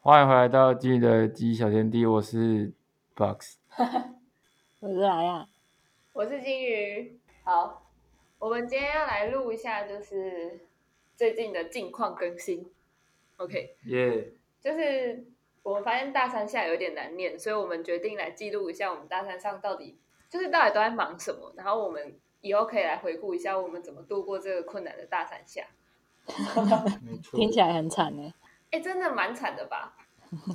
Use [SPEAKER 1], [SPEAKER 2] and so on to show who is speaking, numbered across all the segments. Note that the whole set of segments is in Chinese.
[SPEAKER 1] 欢迎回来到今日的记忆小天地，我是 Box。
[SPEAKER 2] 我是来呀，
[SPEAKER 3] 我是金鱼。好，我们今天要来录一下，就是最近的近况更新。OK，
[SPEAKER 1] 耶、
[SPEAKER 3] 就是我们发现大三下有点难念，所以我们决定来记录一下我们大三上到底就是到底都在忙什么，然后我们以后可以来回顾一下我们怎么度过这个困难的大三下。
[SPEAKER 1] 没错，
[SPEAKER 2] 听起来很惨呢，
[SPEAKER 3] 哎，真的蛮惨的吧？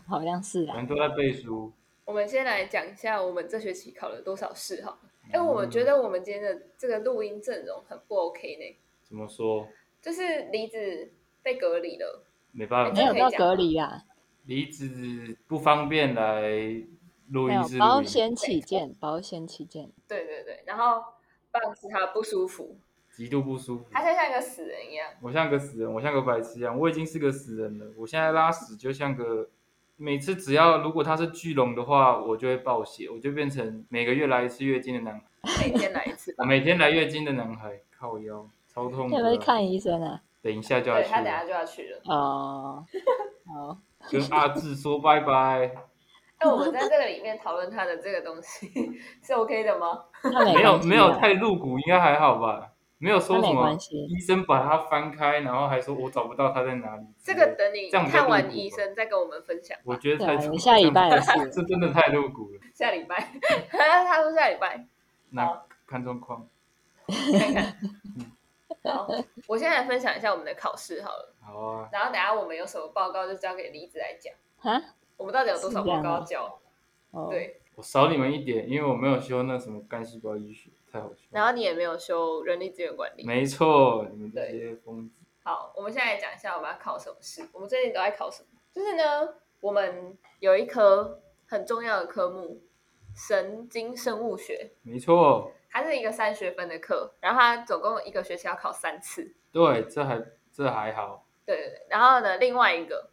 [SPEAKER 2] 好像是
[SPEAKER 1] 我
[SPEAKER 2] 啊。
[SPEAKER 1] 们都在背书。
[SPEAKER 3] 我们先来讲一下我们这学期考了多少试哈。哎，我觉得我们今天的这个录音阵容很不 OK 呢，
[SPEAKER 1] 怎么说？
[SPEAKER 3] 就是离子被隔离了。
[SPEAKER 1] 没办
[SPEAKER 3] 哎
[SPEAKER 1] 法
[SPEAKER 2] 没
[SPEAKER 3] 这，
[SPEAKER 2] 有
[SPEAKER 3] 可以讲
[SPEAKER 2] 到隔离啦，
[SPEAKER 1] 离职不方便来录
[SPEAKER 2] 没
[SPEAKER 1] 音
[SPEAKER 2] 有
[SPEAKER 1] 室录
[SPEAKER 2] 保
[SPEAKER 1] 音，
[SPEAKER 2] 险起见，保险起见，
[SPEAKER 3] 对对对，然后棒是他不舒服，
[SPEAKER 1] 极度不舒服。
[SPEAKER 3] 他现在像个死人一样。
[SPEAKER 1] 我像个死人，我像个白痴一样，我已经是个死人了。我现在拉屎就像个，每次只要如果它是巨龙的话，我就会暴血，我就变成每个月来一次月经的男，
[SPEAKER 3] 每天来一次吧。
[SPEAKER 1] 每天来月经的男孩，靠腰，超痛
[SPEAKER 2] 要不要去
[SPEAKER 1] 的。
[SPEAKER 2] 看医生啊？
[SPEAKER 1] 等一下就要
[SPEAKER 3] 对
[SPEAKER 1] 去
[SPEAKER 3] 他等下
[SPEAKER 1] 了，
[SPEAKER 3] 就要去了。
[SPEAKER 2] 哦，好，
[SPEAKER 1] 跟阿志说拜拜。
[SPEAKER 3] 哎，我们在这个里面讨论他的这个东西是 OK 的吗？
[SPEAKER 2] 那没
[SPEAKER 1] 没有
[SPEAKER 2] 关系
[SPEAKER 1] 没有
[SPEAKER 2] 啦
[SPEAKER 1] 太露骨，应该还好吧？没有说
[SPEAKER 2] 那
[SPEAKER 1] 什
[SPEAKER 2] 没
[SPEAKER 1] 么
[SPEAKER 2] 关系
[SPEAKER 1] 医生把它翻开，然后还说我找不到它在哪里。
[SPEAKER 3] 这个等
[SPEAKER 1] 嗯
[SPEAKER 3] 你
[SPEAKER 1] 这样比较
[SPEAKER 3] 看
[SPEAKER 1] 露
[SPEAKER 3] 完
[SPEAKER 1] 骨
[SPEAKER 3] 医
[SPEAKER 1] 吧
[SPEAKER 3] 生再跟我们分享
[SPEAKER 1] 我
[SPEAKER 3] 吧。
[SPEAKER 1] 觉得
[SPEAKER 2] 对
[SPEAKER 1] 太
[SPEAKER 2] 啊
[SPEAKER 1] 粗
[SPEAKER 2] 你下礼拜也
[SPEAKER 1] 这样
[SPEAKER 2] 是
[SPEAKER 1] 这真的太露骨了。
[SPEAKER 3] 下礼拜， 他说下礼拜。
[SPEAKER 1] 那
[SPEAKER 3] 好
[SPEAKER 1] 看状况，
[SPEAKER 3] 看看。好，我现在来分享一下我们的考试好了，
[SPEAKER 1] 好啊。
[SPEAKER 3] 然后等下我们有什么报告就交给梨子来讲。
[SPEAKER 2] 啊？
[SPEAKER 3] 我们到底有多少
[SPEAKER 2] 是这样
[SPEAKER 3] 报
[SPEAKER 2] 啊
[SPEAKER 3] 告要交？
[SPEAKER 2] 哦，
[SPEAKER 3] 对，
[SPEAKER 1] 我少你们一点，因为我没有修那什么干细胞医学，太好笑
[SPEAKER 3] 然
[SPEAKER 1] 了。
[SPEAKER 3] 后你也没有修人力资源管理。
[SPEAKER 1] 没错，你们这些疯子。
[SPEAKER 3] 好，我们现在来讲一下我们要考什么试。我们最近都在考什么？就是呢，我们有一科很重要的科目——神经生物学，
[SPEAKER 1] 没错，
[SPEAKER 3] 它是一个三学分的课，然后它总共一个学期要考三次。
[SPEAKER 1] 对，这还这还好。
[SPEAKER 3] 对对对。然后呢，另外一个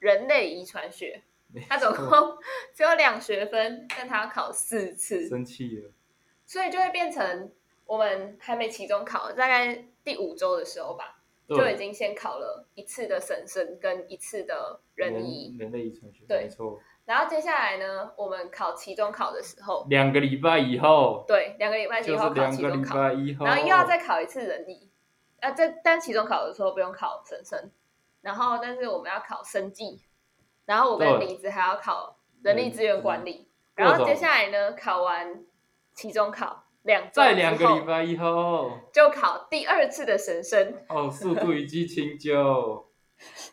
[SPEAKER 3] 人类遗传学，它总共只有两学分，但它要考四次。
[SPEAKER 1] 生气了，
[SPEAKER 3] 所以就会变成我们还没期中考，大概第五周的时候吧，就已
[SPEAKER 1] 对，
[SPEAKER 3] 经先考了一次的神圣跟一次的人
[SPEAKER 1] 人
[SPEAKER 3] 医，
[SPEAKER 1] 人类遗传学，
[SPEAKER 3] 对
[SPEAKER 1] 没错。
[SPEAKER 3] 然后接下来呢，我们考期中考的时候，
[SPEAKER 1] 两个礼拜以后，
[SPEAKER 3] 对，两个礼拜
[SPEAKER 1] 就
[SPEAKER 3] 以
[SPEAKER 1] 是
[SPEAKER 3] 后考
[SPEAKER 1] 两
[SPEAKER 3] 期
[SPEAKER 1] 个
[SPEAKER 3] 中
[SPEAKER 1] 礼
[SPEAKER 3] 考，
[SPEAKER 1] 拜以后，
[SPEAKER 3] 然后又要再考一次人医，啊，这但期中考的时候不用考神圣，然后但是我们要考生计，然后我跟
[SPEAKER 1] 对
[SPEAKER 3] 李子还要考人力资源管理，
[SPEAKER 1] 各
[SPEAKER 3] 然后
[SPEAKER 1] 种
[SPEAKER 3] 接下来呢，考完期中考两周
[SPEAKER 1] 再两
[SPEAKER 3] 之
[SPEAKER 1] 个
[SPEAKER 3] 后
[SPEAKER 1] 礼拜以后，
[SPEAKER 3] 就考第二次的神生，
[SPEAKER 1] 哦，速度与激情就，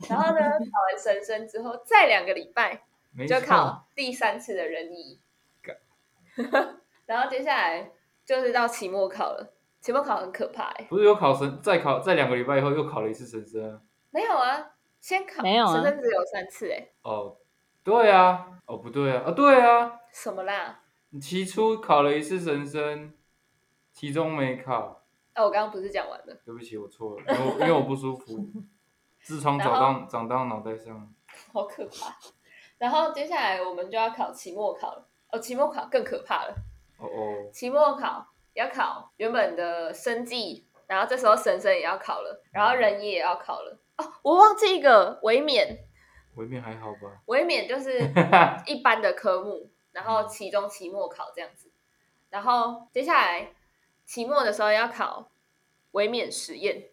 [SPEAKER 3] 然后呢，考完神生之后，再两个礼拜
[SPEAKER 1] 没
[SPEAKER 3] 就
[SPEAKER 1] 错，
[SPEAKER 3] 考第三次的人医
[SPEAKER 1] 干，
[SPEAKER 3] 然后接下来就是到期末考了。期末考很可怕、欸，
[SPEAKER 1] 不是有考神，再考再两个礼拜以后又考了一次神生啊，
[SPEAKER 3] 没有啊，先考
[SPEAKER 2] 没有啊
[SPEAKER 3] 神生只有三次、欸，
[SPEAKER 1] 哦，对啊，哦不对啊，啊对啊，
[SPEAKER 3] 什么啦？
[SPEAKER 1] 你期初考了一次神生，期中没考，
[SPEAKER 3] 哦，我刚刚不是讲完了？
[SPEAKER 1] 对不起，我错了，因为我 因为我不舒服，痔疮长到长到脑袋上，
[SPEAKER 3] 好可怕。然后接下来我们就要考期末考了，哦，期末考更可怕了。
[SPEAKER 1] 哦哦，
[SPEAKER 3] 期末考要考原本的生计，然后这时候神生也要考了，然后人医也要考了。哦，我忘记一个维免，
[SPEAKER 1] 我一面还好吧，
[SPEAKER 3] 维免就是一般的科目，然后期中、期末考这样子。然后接下来期末的时候要考维免实验，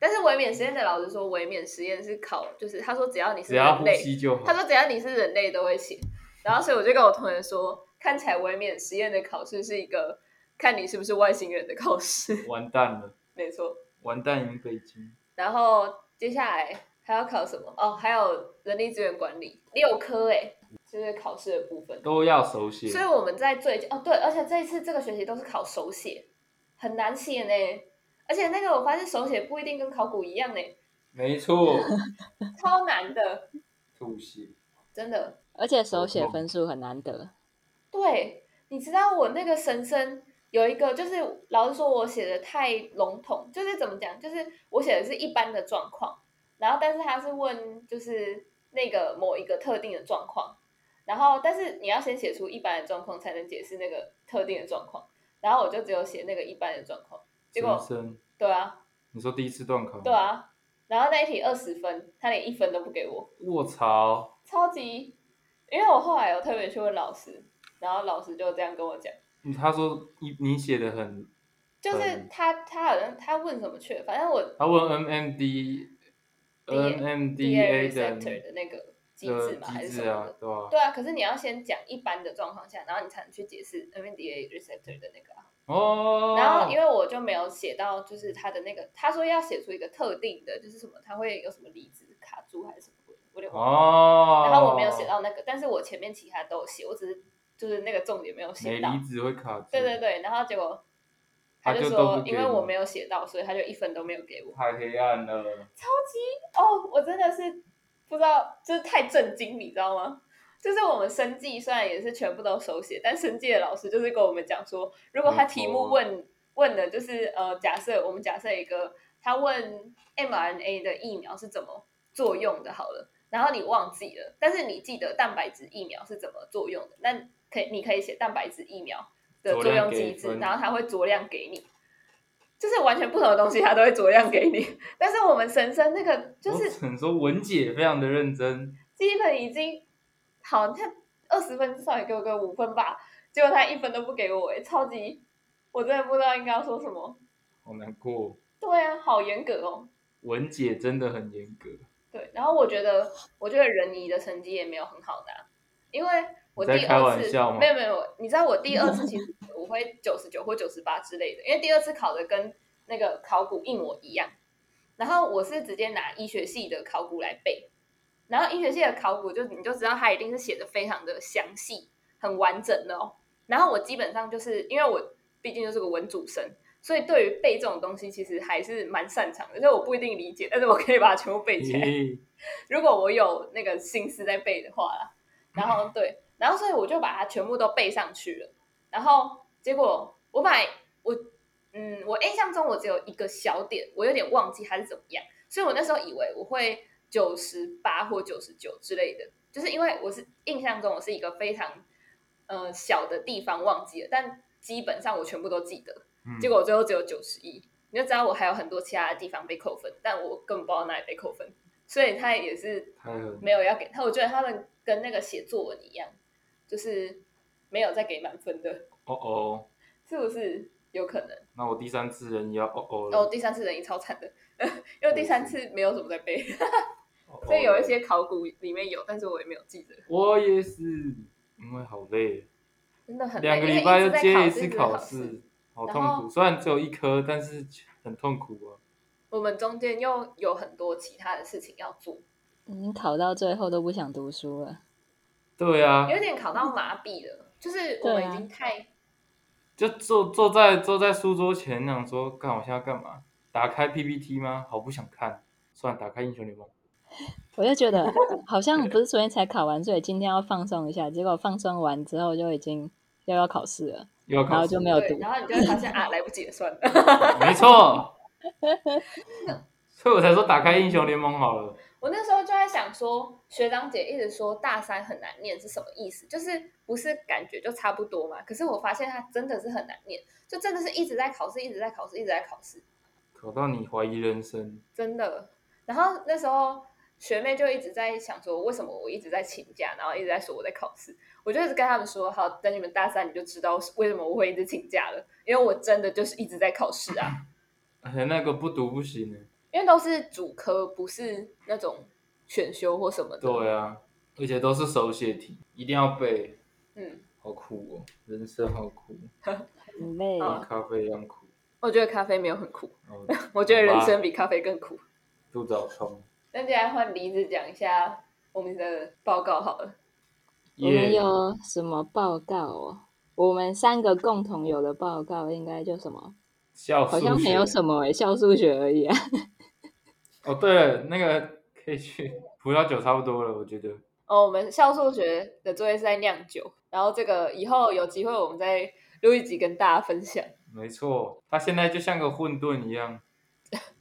[SPEAKER 3] 但是维免实验的老师说维免实验是考，就是他说只要你是
[SPEAKER 1] 只要
[SPEAKER 3] 人
[SPEAKER 1] 呼
[SPEAKER 3] 类，
[SPEAKER 1] 吸就好
[SPEAKER 3] 他，说只要你是人类都会写。然后所以我就跟我同学说，看起来维免实验的考试是一个看你是不是外星人的考试，
[SPEAKER 1] 完蛋了，
[SPEAKER 3] 没错。
[SPEAKER 1] 完蛋赢北京，
[SPEAKER 3] 然后接下来还要考什么？哦，还有人力资源管理六科哎，就是考试的部分。
[SPEAKER 1] 都要手写，
[SPEAKER 3] 所以我们在最哦对，而且这一次这个学期都是考手写，很难写呢。而且那个我发现手写不一定跟考古一样呢，
[SPEAKER 1] 没错，
[SPEAKER 3] 超难的，
[SPEAKER 1] 吐血，
[SPEAKER 3] 真的。
[SPEAKER 2] 而且手
[SPEAKER 1] 嗯
[SPEAKER 2] 写分数很难得，
[SPEAKER 3] 对，你知道我那个神生有一个，就是老师说我写的太笼统，就是怎么讲，就是我写的是一般的状况，然后但是他是问就是那个某一个特定的状况，然后但是你要先写出一般的状况才能解释那个特定的状况，然后我就只有写那个一般的状况，结
[SPEAKER 1] 神
[SPEAKER 3] 果
[SPEAKER 1] 生，
[SPEAKER 3] 对啊
[SPEAKER 1] 你说第一次段考，
[SPEAKER 3] 对，啊，然后那一题二十分，他连一分都不给我，
[SPEAKER 1] 卧槽，
[SPEAKER 3] 超超级，因为我后来有特别去问老师，然后老师就这样跟我讲，
[SPEAKER 1] 嗯他说你你写的很，
[SPEAKER 3] 就是
[SPEAKER 1] 嗯
[SPEAKER 3] 他他好像他问什么去了，反正我
[SPEAKER 1] 他问 NMD
[SPEAKER 3] D-
[SPEAKER 1] NMDA
[SPEAKER 3] DA
[SPEAKER 1] 的
[SPEAKER 3] receptor 的那个机
[SPEAKER 1] 的
[SPEAKER 3] 制嘛，还
[SPEAKER 1] 机
[SPEAKER 3] 是
[SPEAKER 1] 制
[SPEAKER 3] 什么
[SPEAKER 1] 啊
[SPEAKER 3] 的，。
[SPEAKER 1] 对吧？
[SPEAKER 3] 对啊，可是你要先讲一般的状况下，然后你才能去解释 NMDA receptor 的那个啊、
[SPEAKER 1] 哦，
[SPEAKER 3] 然后因为我就没有写到，就是他的那个，他说要写出一个特定的，就是什么，他会有什么离子卡住还是什么鬼，我有点忘了。
[SPEAKER 1] 哦，
[SPEAKER 3] 然后我没有写到那个，但是我前面其他都有写，我只是就是那个重点没有
[SPEAKER 1] 镁
[SPEAKER 3] 写到
[SPEAKER 1] 离。子会卡住，
[SPEAKER 3] 对对，对，然后结果
[SPEAKER 1] 他
[SPEAKER 3] 就
[SPEAKER 1] 就都
[SPEAKER 3] 说
[SPEAKER 1] 不，给
[SPEAKER 3] 因为我
[SPEAKER 1] 你
[SPEAKER 3] 没有写到，所以他就一分都没有给我。
[SPEAKER 1] 太黑暗了。
[SPEAKER 3] 超级哦，我真的是不知道，就是太震惊，你知道吗？就是我们生计虽然也是全部都手写，但生计的老师就是跟我们讲说，如果他题
[SPEAKER 1] 啊
[SPEAKER 3] 目问问的就是呃，假设我们假设一个他问 mRNA 的疫苗是怎么作用的，好了，然后你忘记了，但是你记得蛋白质疫苗是怎么作用的，那可以你可以写蛋白质疫苗的作
[SPEAKER 1] 酌量
[SPEAKER 3] 用机
[SPEAKER 1] 给
[SPEAKER 3] 制，
[SPEAKER 1] 分
[SPEAKER 3] 然后他会酌量给你。就是完全不同的东西，他都会酌量给你。 但是我们神生那个，就
[SPEAKER 1] 我
[SPEAKER 3] 是
[SPEAKER 1] 只能说文姐非常的认真，
[SPEAKER 3] 基本已经好，他二十分至少也给我个五分吧，结果他一分都不给我，哎，超级，我真的不知道应该要说什么。
[SPEAKER 1] 好难过。
[SPEAKER 3] 对啊，好严格哦。
[SPEAKER 1] 文姐真的很严格。
[SPEAKER 3] 对，然后我觉得，我觉得仁妮的成绩也没有很好拿，因为我第
[SPEAKER 1] 你在开
[SPEAKER 3] 二
[SPEAKER 1] 玩
[SPEAKER 3] 次
[SPEAKER 1] 笑吗
[SPEAKER 3] 没有没有，你知道我第二 次其实我会九十九或九十八之类的，因为第二次考的跟那个考古一模一样，然后我是直接拿医学系的考古来背，然后医学系的考古就你就知道它一定是写的非常的详细、很完整的哦。然后我基本上就是因为我毕竟就是个文主生，所以对于背这种东西其实还是蛮擅长的，就是我不一定理解，但是我可以把它全部背起来。
[SPEAKER 1] 咦
[SPEAKER 3] 如果我有那个心思在背的话啦，然后对，然后所以我就把它全部都背上去了。然后结果我把我嗯，我印象中我只有一个小点，我有点忘记它是怎么样，所以我那时候以为我会九十八或九十九之类的，就是因为我是印象中我是一个非常呃小的地方忘记了，但基本上我全部都记得。
[SPEAKER 1] 嗯
[SPEAKER 3] 结果我最后只有九十一，你就知道我还有很多其他的地方被扣分，但我根本不知道哪里被扣分，所以他也是
[SPEAKER 1] 太狠，
[SPEAKER 3] 没有要给他。我觉得他们跟那个写作文一样，就是没有再给满分的，
[SPEAKER 1] 哦哦，
[SPEAKER 3] 是不是有可能？
[SPEAKER 1] 那我第三次人也要哦哦
[SPEAKER 3] 然后
[SPEAKER 1] 了，
[SPEAKER 3] 第三次人也超惨的， 因为第三次没有怎么在背，
[SPEAKER 1] 哦哦
[SPEAKER 3] 所以有一些考古里面有，但是我也没有记得，
[SPEAKER 1] 我也是，因为好累，
[SPEAKER 3] 真的很累
[SPEAKER 1] 两个礼拜
[SPEAKER 3] 因
[SPEAKER 1] 就
[SPEAKER 3] 为
[SPEAKER 1] 接了
[SPEAKER 3] 一
[SPEAKER 1] 一
[SPEAKER 3] 直在
[SPEAKER 1] 次
[SPEAKER 3] 考
[SPEAKER 1] 考
[SPEAKER 3] 试，一直在
[SPEAKER 1] 试，好
[SPEAKER 3] 然
[SPEAKER 1] 痛
[SPEAKER 3] 后
[SPEAKER 1] 苦。虽然只有一科，但是很痛苦啊。
[SPEAKER 3] 我们中间又有很多其他的事情要做，
[SPEAKER 2] 已经嗯考到最后都不想读书了。
[SPEAKER 1] 对啊，
[SPEAKER 3] 有点考到麻痹了，就是我们已经太。
[SPEAKER 1] 就坐坐在坐在书桌前，想说干我现在要干嘛？打开 PPT 吗？好不想看，算了，打开英雄联盟。
[SPEAKER 2] 我就觉 得好像不是昨天才考完，所以今天要放松一下。结果放松完之后就已经又要考试了，
[SPEAKER 1] 又要
[SPEAKER 2] 然
[SPEAKER 1] 考
[SPEAKER 2] 后
[SPEAKER 1] 试
[SPEAKER 2] 就，没有
[SPEAKER 3] 对，
[SPEAKER 2] 读。
[SPEAKER 3] 然后你就会发现啊，来不及了，算了。
[SPEAKER 1] 没错。所以我才说打开英雄联盟好了。
[SPEAKER 3] 我那时候就在想说，学长姐一直说大三很难念是什么意思？就是不是感觉就差不多嘛？可是我发现它真的是很难念，就真的是一直在考试，一直在考试，一直在考试，
[SPEAKER 1] 考到你怀疑人生，
[SPEAKER 3] 真的。然后那时候学妹就一直在想说，为什么我一直在请假，然后一直在说我在考试。我就一直跟他们说，好，等你们大三你就知道为什么我会一直请假了，因为我真的就是一直在考试啊。
[SPEAKER 1] 而且哎那个不读不行呢。
[SPEAKER 3] 因为都是主科，不是那种选修或什么的。
[SPEAKER 1] 对啊，而且都是手写题，一定要背，
[SPEAKER 3] 嗯，
[SPEAKER 1] 好苦哦，人生好苦，
[SPEAKER 2] 很累
[SPEAKER 1] 跟
[SPEAKER 3] 啊
[SPEAKER 1] 咖啡一样苦。
[SPEAKER 3] 我觉得咖啡没有很苦，
[SPEAKER 1] 然后
[SPEAKER 3] 我觉得人
[SPEAKER 1] 好吧
[SPEAKER 3] 生比咖啡更苦。
[SPEAKER 1] 肚子好痛。
[SPEAKER 3] 那接下来换梨子讲一下我们的报告好了。
[SPEAKER 2] 我们
[SPEAKER 1] 耶
[SPEAKER 2] 有什么报告哦？我们三个共同有的报告应该就什么？
[SPEAKER 1] 笑
[SPEAKER 2] 好像
[SPEAKER 1] 数
[SPEAKER 2] 没
[SPEAKER 1] 学
[SPEAKER 2] 有什么诶，笑数学而已啊。
[SPEAKER 1] 哦，对了，那个可以去葡萄酒差不多了，我觉得。
[SPEAKER 3] 哦，我们校数学的作业是在酿酒，然后这个以后有机会我们再录一集跟大家分享。
[SPEAKER 1] 没错，他现在就像个混沌一 样，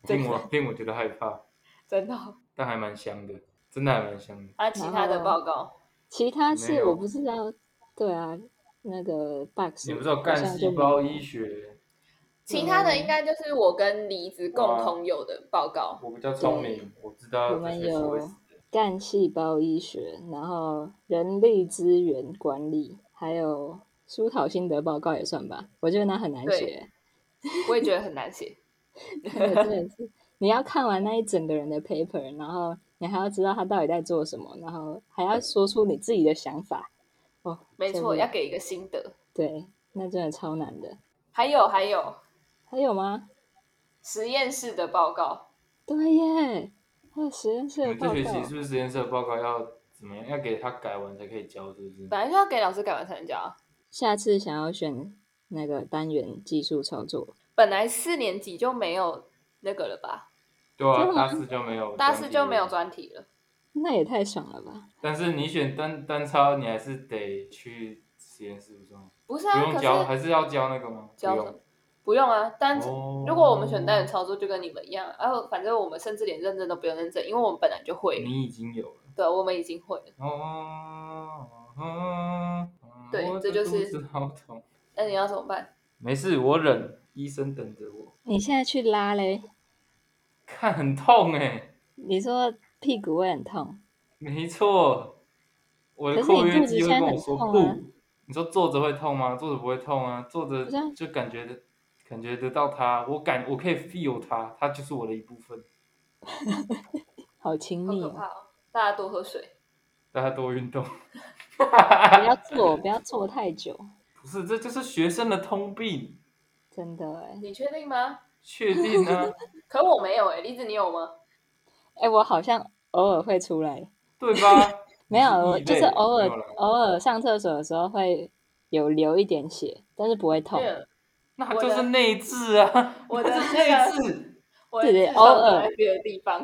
[SPEAKER 3] 真的
[SPEAKER 1] 令我令我觉得害怕，
[SPEAKER 3] 真的哦
[SPEAKER 1] 但还蛮香的，真的还蛮香的。
[SPEAKER 3] 啊，其他的报告
[SPEAKER 2] 其他
[SPEAKER 1] 没
[SPEAKER 2] 是
[SPEAKER 1] 有
[SPEAKER 2] 我不知道。对啊，那个 box
[SPEAKER 1] 你不知道干
[SPEAKER 2] 好像
[SPEAKER 1] 细
[SPEAKER 2] 就没
[SPEAKER 1] 胞医学，
[SPEAKER 3] 其他的应该就是啊我跟梨子共同有的报告。
[SPEAKER 1] 我比较聪明，我知道
[SPEAKER 2] 我
[SPEAKER 1] 这
[SPEAKER 2] 们
[SPEAKER 1] 些是
[SPEAKER 2] 有
[SPEAKER 1] 会死的。
[SPEAKER 2] 干细胞医学，然后人力资源管理，还有苏讨心得报告也算吧。我觉得那很难
[SPEAKER 3] 对
[SPEAKER 2] 写，
[SPEAKER 3] 我也觉得很难写。
[SPEAKER 2] 那个真的是你要看完那一整个人的 paper，然后你还要知道他到底在做什么，然后还要说出你自己的想法。哦，
[SPEAKER 3] 没错，
[SPEAKER 2] 真的
[SPEAKER 3] 要给一个心得。
[SPEAKER 2] 对，那真的超难的。
[SPEAKER 3] 还有还有，
[SPEAKER 2] 还有吗？
[SPEAKER 3] 实验室的报告，
[SPEAKER 2] 对耶，还有实验室
[SPEAKER 1] 你们
[SPEAKER 2] 的报
[SPEAKER 1] 啊这
[SPEAKER 2] 告。
[SPEAKER 1] 学期是不是实验室的报告要怎么样？要给他改完才可以交，是不是？
[SPEAKER 3] 本来就要给老师改完才能交啊。
[SPEAKER 2] 下次想要选那个单元技术操作，
[SPEAKER 3] 本来四年级就没有那个了吧，
[SPEAKER 1] 对啊
[SPEAKER 2] 真，的
[SPEAKER 1] 大
[SPEAKER 2] 吗
[SPEAKER 1] 四就没有，
[SPEAKER 3] 大四就没有。专题了。
[SPEAKER 2] 那也太爽了吧！
[SPEAKER 1] 但是你选单单超，你还是得去实验室，不是吗？
[SPEAKER 3] 不是
[SPEAKER 1] 不
[SPEAKER 3] 啊，可
[SPEAKER 1] 用
[SPEAKER 3] 是
[SPEAKER 1] 交，还是要交那个吗？
[SPEAKER 3] 交
[SPEAKER 1] 不
[SPEAKER 3] 什么
[SPEAKER 1] 用。？
[SPEAKER 3] 不用啊，但
[SPEAKER 1] 哦
[SPEAKER 3] 如果我们选单人操作，就跟你们一样，啊然后反正我们甚至连认证都不用认证，因为我们本来就会了，
[SPEAKER 1] 你已经有了。
[SPEAKER 3] 对，啊我们已经会了。
[SPEAKER 1] 哦，嗯嗯
[SPEAKER 3] 对
[SPEAKER 1] 我的
[SPEAKER 3] 这就是
[SPEAKER 1] 肚子好痛。
[SPEAKER 3] 那你要怎么办？
[SPEAKER 1] 没事，我忍，医生等着我。
[SPEAKER 2] 你现在去拉嘞，
[SPEAKER 1] 看很痛哎、
[SPEAKER 2] 你说屁股会很痛，
[SPEAKER 1] 没错，我的
[SPEAKER 2] 可是你
[SPEAKER 1] 括约
[SPEAKER 2] 肚子
[SPEAKER 1] 肌会
[SPEAKER 2] 现在
[SPEAKER 1] 跟我
[SPEAKER 2] 很
[SPEAKER 1] 说
[SPEAKER 2] 痛
[SPEAKER 1] 不。
[SPEAKER 2] 啊
[SPEAKER 1] 你说坐着会痛吗？坐着不会痛啊，坐着
[SPEAKER 2] 不是啊
[SPEAKER 1] 就感觉得感觉得到它，我感我可以 feel 它，它就是我的一部分。
[SPEAKER 2] 好亲
[SPEAKER 3] 好
[SPEAKER 2] 密
[SPEAKER 3] 可
[SPEAKER 2] 哦！
[SPEAKER 3] 怕哦！大家多喝水。
[SPEAKER 1] 大家多运动，
[SPEAKER 2] 不要坐，不要坐太久，
[SPEAKER 1] 不是，这就是学生的通 病，
[SPEAKER 2] 真的哎。
[SPEAKER 3] 你确定吗？
[SPEAKER 1] 确定啊？
[SPEAKER 3] 可我没有哎、栗子你有吗？
[SPEAKER 2] 哎，我好像偶尔会出来，
[SPEAKER 1] 对吧？
[SPEAKER 2] 没有，
[SPEAKER 1] 你
[SPEAKER 2] 我
[SPEAKER 1] 异
[SPEAKER 2] 就
[SPEAKER 1] 类
[SPEAKER 2] 是偶
[SPEAKER 1] 没有啦
[SPEAKER 2] 尔偶尔上厕所的时候会有流一点血，但是不会痛
[SPEAKER 3] 没。有，
[SPEAKER 1] 那
[SPEAKER 3] 我
[SPEAKER 1] 就
[SPEAKER 3] 的
[SPEAKER 1] 是内痔啊，
[SPEAKER 3] 我 的
[SPEAKER 1] 那是
[SPEAKER 3] 那
[SPEAKER 1] 内
[SPEAKER 3] 个
[SPEAKER 1] 痔。
[SPEAKER 3] 我
[SPEAKER 2] 对对
[SPEAKER 3] 至
[SPEAKER 2] 偶
[SPEAKER 3] 少
[SPEAKER 2] 尔
[SPEAKER 3] 在别的地方，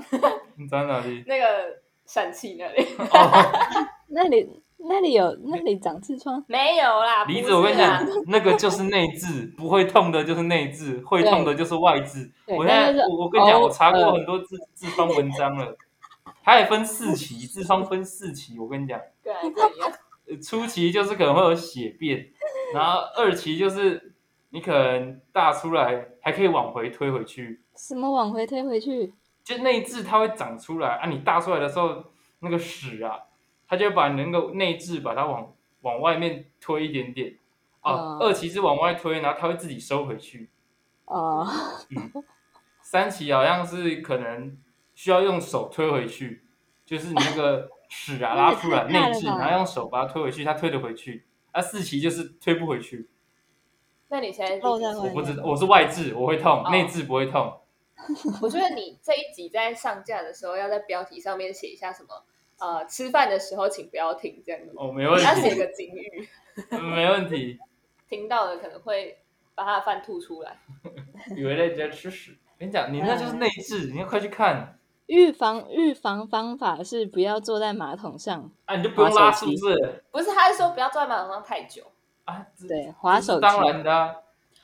[SPEAKER 1] 你在哪里？
[SPEAKER 3] 那个疝气那里
[SPEAKER 1] 哦，
[SPEAKER 2] 那里那里有那里长痔疮，
[SPEAKER 3] 没有
[SPEAKER 2] 啊
[SPEAKER 3] 啦。
[SPEAKER 1] 梨
[SPEAKER 3] 不
[SPEAKER 1] 子，我跟你
[SPEAKER 3] 是啊啦
[SPEAKER 1] 讲，那个就是内痔，不会痛的就是内痔，会
[SPEAKER 2] 对
[SPEAKER 1] 痛的就是外痔。
[SPEAKER 2] 对
[SPEAKER 1] 我现
[SPEAKER 2] 但
[SPEAKER 1] 在
[SPEAKER 2] 是
[SPEAKER 1] 我我跟你讲，
[SPEAKER 2] 偶
[SPEAKER 1] 我查过
[SPEAKER 2] 尔
[SPEAKER 1] 很多痔痔疮文章了，它也分四期，痔疮分四期。我跟你讲，
[SPEAKER 3] 跟来这样，
[SPEAKER 1] 呃初期就是可能会有血便，然后二期就是你可能大出来还可以往回推回去，
[SPEAKER 2] 什么往回推回去？
[SPEAKER 1] 就内痔它会长出来啊，你大出来的时候那个屎啊，它就会把你那个内痔把它往往外面推一点点。哦
[SPEAKER 2] 哦，
[SPEAKER 1] 二期是往外推，然后它会自己收回去。
[SPEAKER 2] 哦，
[SPEAKER 1] 三期好像是可能需要用手推回去，就是你那个屎啊拉出来
[SPEAKER 2] 那
[SPEAKER 1] 内
[SPEAKER 2] 也太大了
[SPEAKER 1] 痔，
[SPEAKER 2] 吧
[SPEAKER 1] 然后用手把它推回去，它推得回去。啊，四期就是推不回去，
[SPEAKER 3] 那你现在
[SPEAKER 2] 露在外
[SPEAKER 1] 我
[SPEAKER 2] 面
[SPEAKER 1] 不知道我是外痔，我会痛，
[SPEAKER 3] 哦
[SPEAKER 1] 内痔不会痛。
[SPEAKER 3] 我觉得你这一集在上架的时候，要在标题上面写一下什么？呃，吃饭的时候请不要停这样子，
[SPEAKER 1] 哦，没问
[SPEAKER 3] 你要写
[SPEAKER 1] 题，
[SPEAKER 3] 个 警语，
[SPEAKER 1] 没问题。
[SPEAKER 3] 听到了可能会把他的饭吐出来。
[SPEAKER 1] 以为在家吃屎，跟你讲，你那就是内痔，你要快去看
[SPEAKER 2] 预防预防方法是不要坐在马桶上，
[SPEAKER 1] 啊，你就不用拉
[SPEAKER 2] 滑手
[SPEAKER 1] 宿
[SPEAKER 2] 机
[SPEAKER 1] 舍了
[SPEAKER 3] 不是，他是说不要坐在马桶上太久。
[SPEAKER 1] 啊。这
[SPEAKER 2] 对，滑
[SPEAKER 1] 这是
[SPEAKER 2] 手机。
[SPEAKER 1] 当然的啊，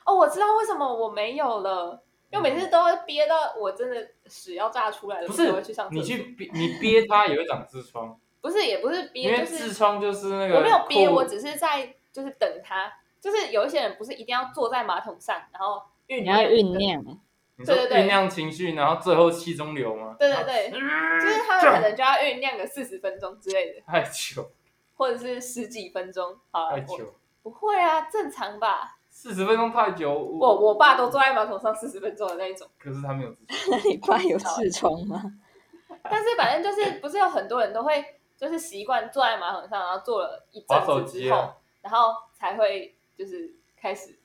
[SPEAKER 3] 哦，我知道为什么我没有了，因为每次都会憋到我真的屎要炸出来了，
[SPEAKER 1] 不
[SPEAKER 3] 我才会
[SPEAKER 1] 是
[SPEAKER 3] 去上厕所。
[SPEAKER 1] 你去憋，你憋它也会长痔疮，
[SPEAKER 3] 不是也不是
[SPEAKER 1] 因
[SPEAKER 3] 憋，
[SPEAKER 1] 为
[SPEAKER 3] 就
[SPEAKER 1] 痔
[SPEAKER 3] 是
[SPEAKER 1] 疮就是那个
[SPEAKER 3] 我没有憋，
[SPEAKER 1] 扩
[SPEAKER 3] 我只是在就是等他。就是有一些人不是一定要坐在马桶上，然后酝
[SPEAKER 2] 你要酝酿，
[SPEAKER 1] 你说
[SPEAKER 3] 对对对
[SPEAKER 1] 酝酿情绪，然后最后气中流吗？
[SPEAKER 3] 对对对就是他们可能就要酝酿个四十分钟之类的，
[SPEAKER 1] 太久
[SPEAKER 3] 或者是十几分钟。好
[SPEAKER 1] 太
[SPEAKER 3] 了，我
[SPEAKER 1] 久，
[SPEAKER 3] 不会啊，正常吧？
[SPEAKER 1] 四十分钟太久。
[SPEAKER 3] 我我爸都坐在马桶上四十分钟的那一种。
[SPEAKER 1] 可是他没有自己。
[SPEAKER 2] 那你爸有痔疮吗？
[SPEAKER 3] 但是反正就是 不是有很多人都会就是习惯坐在马桶上，然后坐了一
[SPEAKER 1] 滑手
[SPEAKER 3] 阵子
[SPEAKER 1] 机
[SPEAKER 3] 之后，
[SPEAKER 1] 啊
[SPEAKER 3] 然后才会就是开始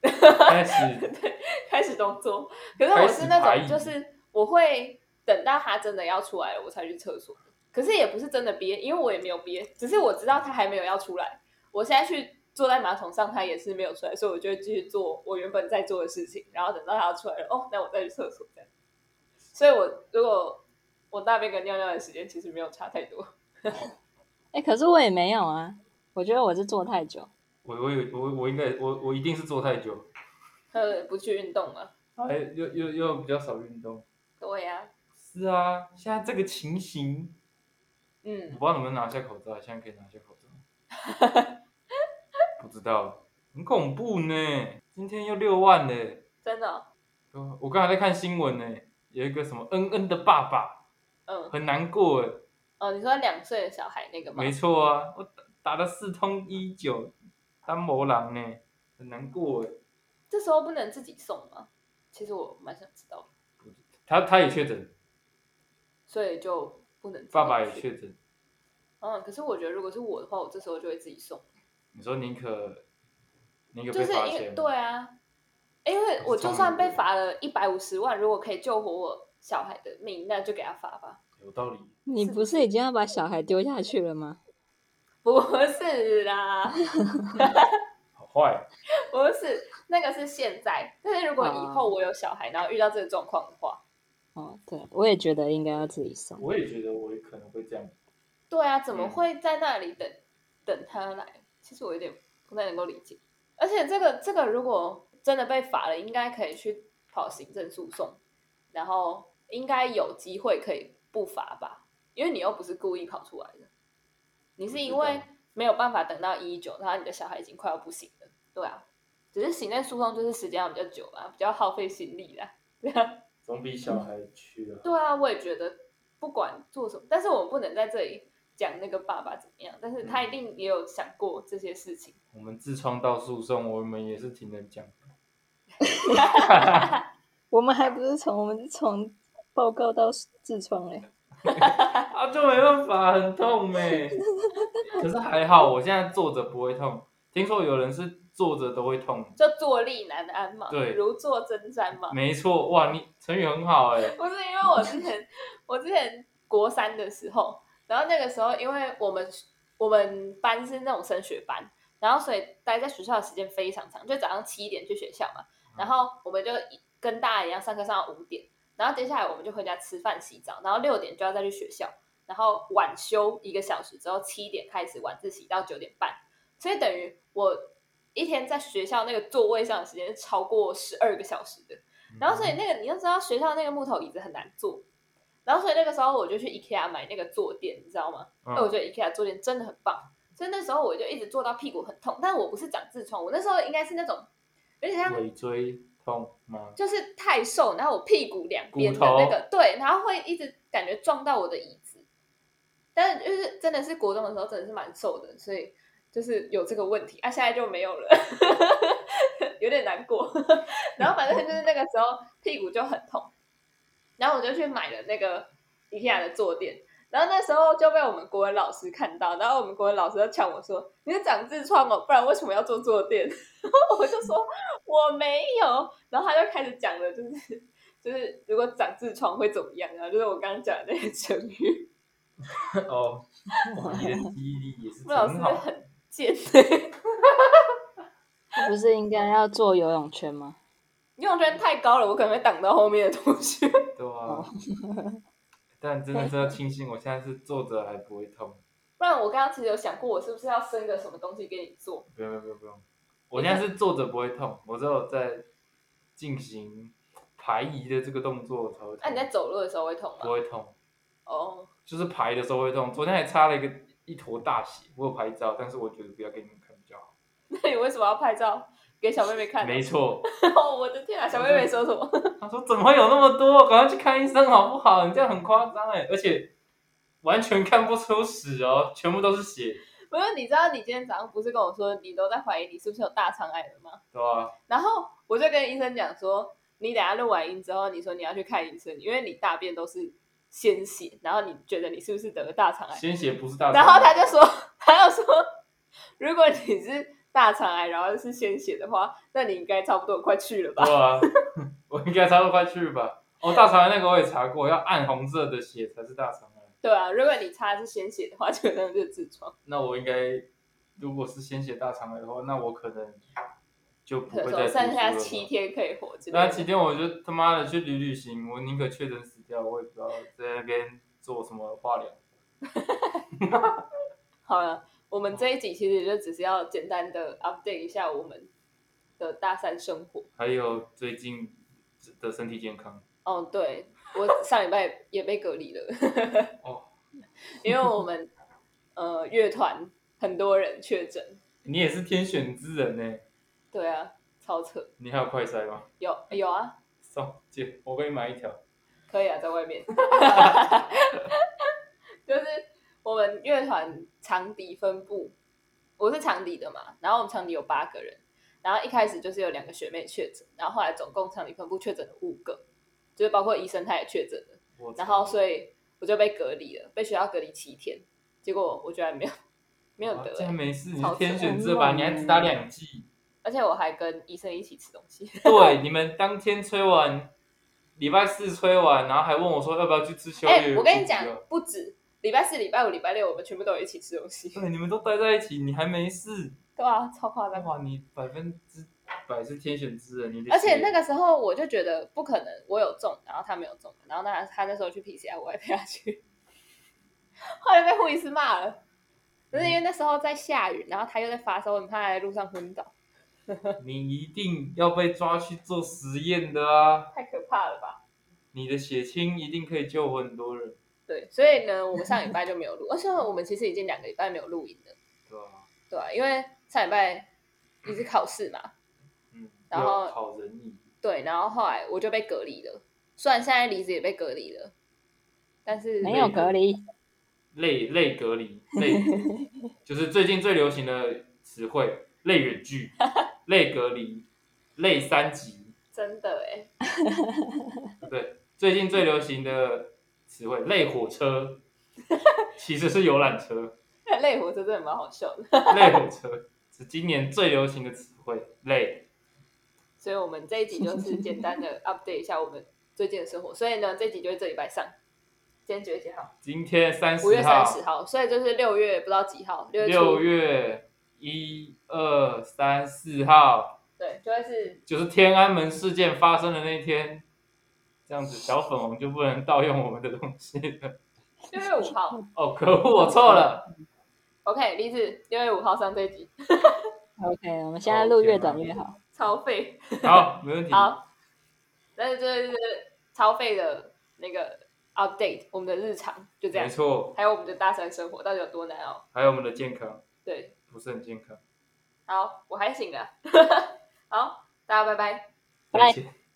[SPEAKER 1] 开始
[SPEAKER 3] 开始动作。可是我是那
[SPEAKER 1] 开始排
[SPEAKER 3] 种
[SPEAKER 1] 异
[SPEAKER 3] 就是我会等到他真的要出来了，我才去厕所。可是也不是真的憋，因为我也没有憋，只是我知道他还没有要出来。我现在去坐在马桶上，他也是没有出来，所以我就会继续做我原本在做的事情，然后等到他要出来了，哦，那我再去厕所这样。所以我如果我大便跟尿尿的时间其实没有差太多。
[SPEAKER 2] 哎、可是我也没有啊，我觉得我是坐太久。
[SPEAKER 1] 我我有我我应该我我一定是坐太久，
[SPEAKER 3] 呃，不去运动吗？
[SPEAKER 1] 还哎又又又比较少运动。
[SPEAKER 3] 对呀、
[SPEAKER 1] 是啊，现在这个情形，我
[SPEAKER 3] 嗯，
[SPEAKER 1] 不知道能不能拿下口罩，现在可以拿下口罩。不知道，很恐怖呢。今天又六万呢。
[SPEAKER 3] 真的哦、
[SPEAKER 1] 对啊我刚才在看新闻呢，有一个什么恩恩的爸爸，
[SPEAKER 3] 嗯
[SPEAKER 1] 很难过哎。
[SPEAKER 3] 哦，你说两岁的小孩那个吗？
[SPEAKER 1] 没错啊，我打打了四通一九，当魔狼呢，很难过哎。
[SPEAKER 3] 这时候不能自己送吗？其实我蛮想知道的，
[SPEAKER 1] 他他也确诊，
[SPEAKER 3] 所以就不能自己
[SPEAKER 1] 爸爸也
[SPEAKER 3] 去。
[SPEAKER 1] 确诊。
[SPEAKER 3] 嗯，可是我觉得如果是我的话，我这时候就会自己送，
[SPEAKER 1] 你说宁可宁可
[SPEAKER 3] 就
[SPEAKER 1] 被
[SPEAKER 3] 是
[SPEAKER 1] 罚
[SPEAKER 3] 因为
[SPEAKER 1] 钱，
[SPEAKER 3] 对啊，因为我就算被罚了一百五十万，如果可以救活我小孩的命，那就给他罚吧。
[SPEAKER 1] 有道理。
[SPEAKER 2] 你不是已经要把小孩丢下去了吗？
[SPEAKER 3] 不是啦，
[SPEAKER 1] 好坏，
[SPEAKER 3] 不是那个是现在，但是如果以
[SPEAKER 1] 啊
[SPEAKER 3] 后我有小孩，然后遇到这个状况的话，
[SPEAKER 2] 哦，对，我也觉得应该要自己送。
[SPEAKER 1] 我也觉得我也可能会这样。
[SPEAKER 3] 对啊，怎么
[SPEAKER 1] 嗯
[SPEAKER 3] 会在那里等、等他来？其实我有点不太能够理解。而且这个这个如果真的被罚了，应该可以去跑行政诉讼，然后应该有机会可以不罚吧？因为你又不是故意跑出来的，你是因
[SPEAKER 1] 我知
[SPEAKER 3] 为
[SPEAKER 1] 道
[SPEAKER 3] 没有办法等到一一九，然后你的小孩已经快要不行了，对啊。只是行政诉讼就是时间要比较久啦，比较耗费心力啦。对啊，
[SPEAKER 1] 总比小孩去啊。
[SPEAKER 3] 对啊，我也觉得不管做什么，但是我们不能在这里讲那个爸爸怎么样，但是他一定也有想过这些事情。
[SPEAKER 1] 我们痔疮到诉讼，我们也是挺能讲。
[SPEAKER 2] 我们还不是从我们是从报告到痔疮欸嘞，
[SPEAKER 1] 啊，就没办法，很痛哎。可是还好，我现在坐着不会痛。听说有人是坐着都会痛。
[SPEAKER 3] 就坐立难安嘛，
[SPEAKER 1] 对
[SPEAKER 3] 如坐针毡嘛。
[SPEAKER 1] 没错，哇，你成语很好哎。
[SPEAKER 3] 不是因为我之前，我之前国三的时候，然后那个时候因为我们我们班是那种升学班，然后所以待在学校的时间非常长，就早上七点去学校嘛，然后我们就一跟大家一样上课上到五点，然后接下来我们就回家吃饭洗澡，然后六点就要再去学校，然后晚休一个小时之后七点开始晚自习到九点半，所以等于我一天在学校那个座位上的时间是超过十二个小时的。然后所以那个你就知道学校那个木头椅子很难坐，然后所以那个时候我就去 IKEA 买那个坐垫，你知道吗？因为我
[SPEAKER 1] 嗯，
[SPEAKER 3] 觉得 IKEA 坐垫真的很棒，所以那时候我就一直坐到屁股很痛，但我不是长痔疮，我那时候应该是那种有点像
[SPEAKER 1] 嗯尾椎痛吗？
[SPEAKER 3] 就是太瘦，然后我屁股两边的
[SPEAKER 1] 骨头
[SPEAKER 3] 那个对，然后会一直感觉撞到我的椅子，但是就是真的是国中的时候真的是蛮瘦的，所以就是有这个问题啊，现在就没有了， 有点难过。 然后反正就是那个时候屁股就很痛，然后我就去买了那个 IKEA 的坐垫。然后那时候就被我们国文老师看到，然后我们国文老师就呛我说：“你是长痔疮哦，不然为什么要做坐垫？” 我就说：“我没有。”然后他就开始讲了，就是 就是如果长痔疮会怎么样啊？就是我刚刚讲的那个成语，
[SPEAKER 1] 哦，哇，你的记忆力也是
[SPEAKER 3] 我们老师
[SPEAKER 1] 很好。
[SPEAKER 3] 很贱。
[SPEAKER 2] 不是应该要做游泳圈吗？
[SPEAKER 3] 游泳圈太高了，我可能会挡到后面的同学。
[SPEAKER 1] 对啊，
[SPEAKER 3] 哦
[SPEAKER 1] 但真的是要庆幸，我现在是坐着还不会痛。
[SPEAKER 3] 不然我刚刚其实有想过，我是不是要生个什么东西给你做？
[SPEAKER 1] 不用不用不用不用，我现在是坐着不会痛，我只有在进行排移的这个动作我才会
[SPEAKER 3] 那、
[SPEAKER 1] 痛。
[SPEAKER 3] 啊你在走路的时候会痛
[SPEAKER 1] 不
[SPEAKER 3] 吗？
[SPEAKER 1] 会痛，
[SPEAKER 3] 哦，
[SPEAKER 1] 就是排的时候会痛。昨天还擦了一个一坨大血，我有拍照，但是我觉得不要给你们看比较好。
[SPEAKER 3] 那你为什么要拍照给小妹妹看、
[SPEAKER 1] 没错，
[SPEAKER 3] 哦，我的天啊！小妹妹说什么？
[SPEAKER 1] 他说怎么会有那么多？赶快去看医生好不好？你这样很夸张哎，而且完全看不出屎哦，全部都是血，
[SPEAKER 3] 不是，你知道你今天早上不是跟我说你都在怀疑你是不是有大肠癌了吗？
[SPEAKER 1] 对吧、
[SPEAKER 3] 然后我就跟医生讲说，你等下录完音之后，你说你要去看医生，因为你大便都是鲜血，然后你觉得你是不是得了大肠癌？
[SPEAKER 1] 鲜血不是大肠癌，
[SPEAKER 3] 哎然后他就说，他又说，如果你是大肠癌，然后是鲜血的话，那你应该差不多快去了吧？
[SPEAKER 1] 对啊，我应该差不多快去吧。哦，大肠癌那个我也查过，要暗红色的血才是大肠癌。
[SPEAKER 3] 对啊，如果你擦的是鲜血的话，就能就是痔疮，
[SPEAKER 1] 那我应该，如果是鲜血大肠癌的话，那我可能就不
[SPEAKER 3] 可
[SPEAKER 1] 会
[SPEAKER 3] 能
[SPEAKER 1] 再
[SPEAKER 3] 说
[SPEAKER 1] 读书
[SPEAKER 3] 剩下
[SPEAKER 1] 了吧。
[SPEAKER 3] 七天可以活之类
[SPEAKER 1] 那
[SPEAKER 3] 的。
[SPEAKER 1] 七天我就他妈的去旅旅行，我宁可确诊死掉，我也不知道在那边做什么化疗。
[SPEAKER 3] 好了，我们这一集其实就只是要简单的 update 一下我们的大三生活。
[SPEAKER 1] 还有最近的身体健康，
[SPEAKER 3] 哦，对我上礼拜也被隔离了，
[SPEAKER 1] 哦，
[SPEAKER 3] 因为我们呃乐团很多人确诊，
[SPEAKER 1] 你也是天选之人呢、
[SPEAKER 3] 对啊，超扯，
[SPEAKER 1] 你还有快筛吗？
[SPEAKER 3] 有有啊，
[SPEAKER 1] 送姐，我给你买一条。
[SPEAKER 3] 可以啊，在外面。 就是我们乐团长笛分部，我是长笛的嘛，然后我们长笛有八个人，然后一开始就是有两个学妹确诊，然后后来总共长笛分部确诊了五个，就是包括医生他也确诊了，
[SPEAKER 1] 我
[SPEAKER 3] 然
[SPEAKER 1] 操
[SPEAKER 3] 后所以我就被隔离了，被学校隔离七天，结果我居然没有没有
[SPEAKER 1] 啊
[SPEAKER 3] 得、
[SPEAKER 1] 竟然没事，你
[SPEAKER 3] 超
[SPEAKER 1] 是天
[SPEAKER 3] 扯
[SPEAKER 1] 选
[SPEAKER 2] 很
[SPEAKER 1] 之吧？
[SPEAKER 2] 猛
[SPEAKER 1] 你还
[SPEAKER 2] 欸
[SPEAKER 1] 只打两剂？
[SPEAKER 3] 而且我还跟医生一起吃东西，
[SPEAKER 1] 对，你们当天吹完，礼拜四吹完，然后还问我说要不要去吃宵
[SPEAKER 3] 哎、
[SPEAKER 1] 夜。
[SPEAKER 3] 我跟你讲，不止礼拜四、礼拜五、礼拜六，我们全部都有一起吃东西，
[SPEAKER 1] 对，你们都待在一起，你还没事，
[SPEAKER 3] 对啊，超夸张。
[SPEAKER 1] 哇，你百分之百是天选之人，你得
[SPEAKER 3] 而且
[SPEAKER 1] 写
[SPEAKER 3] 那个时候我就觉得不可能，我有中，然后他没有中，然后那他那时候去 PCR，我还陪他去，后来被护理师骂了，可是因为那时候在下雨，然后他又在发烧，我很怕他在路上昏倒，
[SPEAKER 1] 你一定要被抓去做实验的啊！
[SPEAKER 3] 太可怕了吧？
[SPEAKER 1] 你的血清一定可以救活很多人，
[SPEAKER 3] 对，所以呢，我们上礼拜就没有录，而且我们其实已经两个礼拜没有录音了，
[SPEAKER 1] 对吧？
[SPEAKER 3] 对啊，因为上礼拜一直考试嘛，
[SPEAKER 1] 嗯，
[SPEAKER 3] 然后
[SPEAKER 1] 要考人瘾，
[SPEAKER 3] 对，然后后来我就被隔离了，虽然现在离子也被隔离了，但是
[SPEAKER 2] 没有隔离，
[SPEAKER 1] 类类隔离，类就是最近最流行的词汇，类远 距、类隔离、类三级，
[SPEAKER 3] 真的哎、
[SPEAKER 1] 对，最近最流行的词汇，类火车，其实是游览车。
[SPEAKER 3] 欸， 累活车真的蛮好笑的。
[SPEAKER 1] 类火车是今年最流行的词汇，类。
[SPEAKER 3] 所以我们这一集就是简单的 update 一下我们最近的生活。所以呢，这集就是这礼拜上，今天几月几号？
[SPEAKER 1] 今天三
[SPEAKER 3] 五月
[SPEAKER 1] 十
[SPEAKER 3] 三
[SPEAKER 1] 号，
[SPEAKER 3] 十号，所以就是六月不知道几号，六月初
[SPEAKER 1] 六月一二三四号，
[SPEAKER 3] 对，就会是
[SPEAKER 1] 就是天安门事件发生的那天。这样子，小粉红就不能盗用我们的东西了。
[SPEAKER 3] 六月五号。
[SPEAKER 1] 哦，可恶，我错 了。
[SPEAKER 3] OK，李子，六月五号上这一集，
[SPEAKER 2] OK，我们现在录越短越好。
[SPEAKER 3] 超费。
[SPEAKER 1] 好，没问题。
[SPEAKER 3] 好，那就是超费的那个 update，我们的日常就这样
[SPEAKER 1] 没，错。
[SPEAKER 3] 还有我们的搭讪生活到底有多难熬？
[SPEAKER 1] 还有我们的健康，
[SPEAKER 3] 对，
[SPEAKER 1] 不是很健康。
[SPEAKER 3] 好，我还行了。好，大家拜拜。
[SPEAKER 1] 再
[SPEAKER 2] 拜
[SPEAKER 1] 见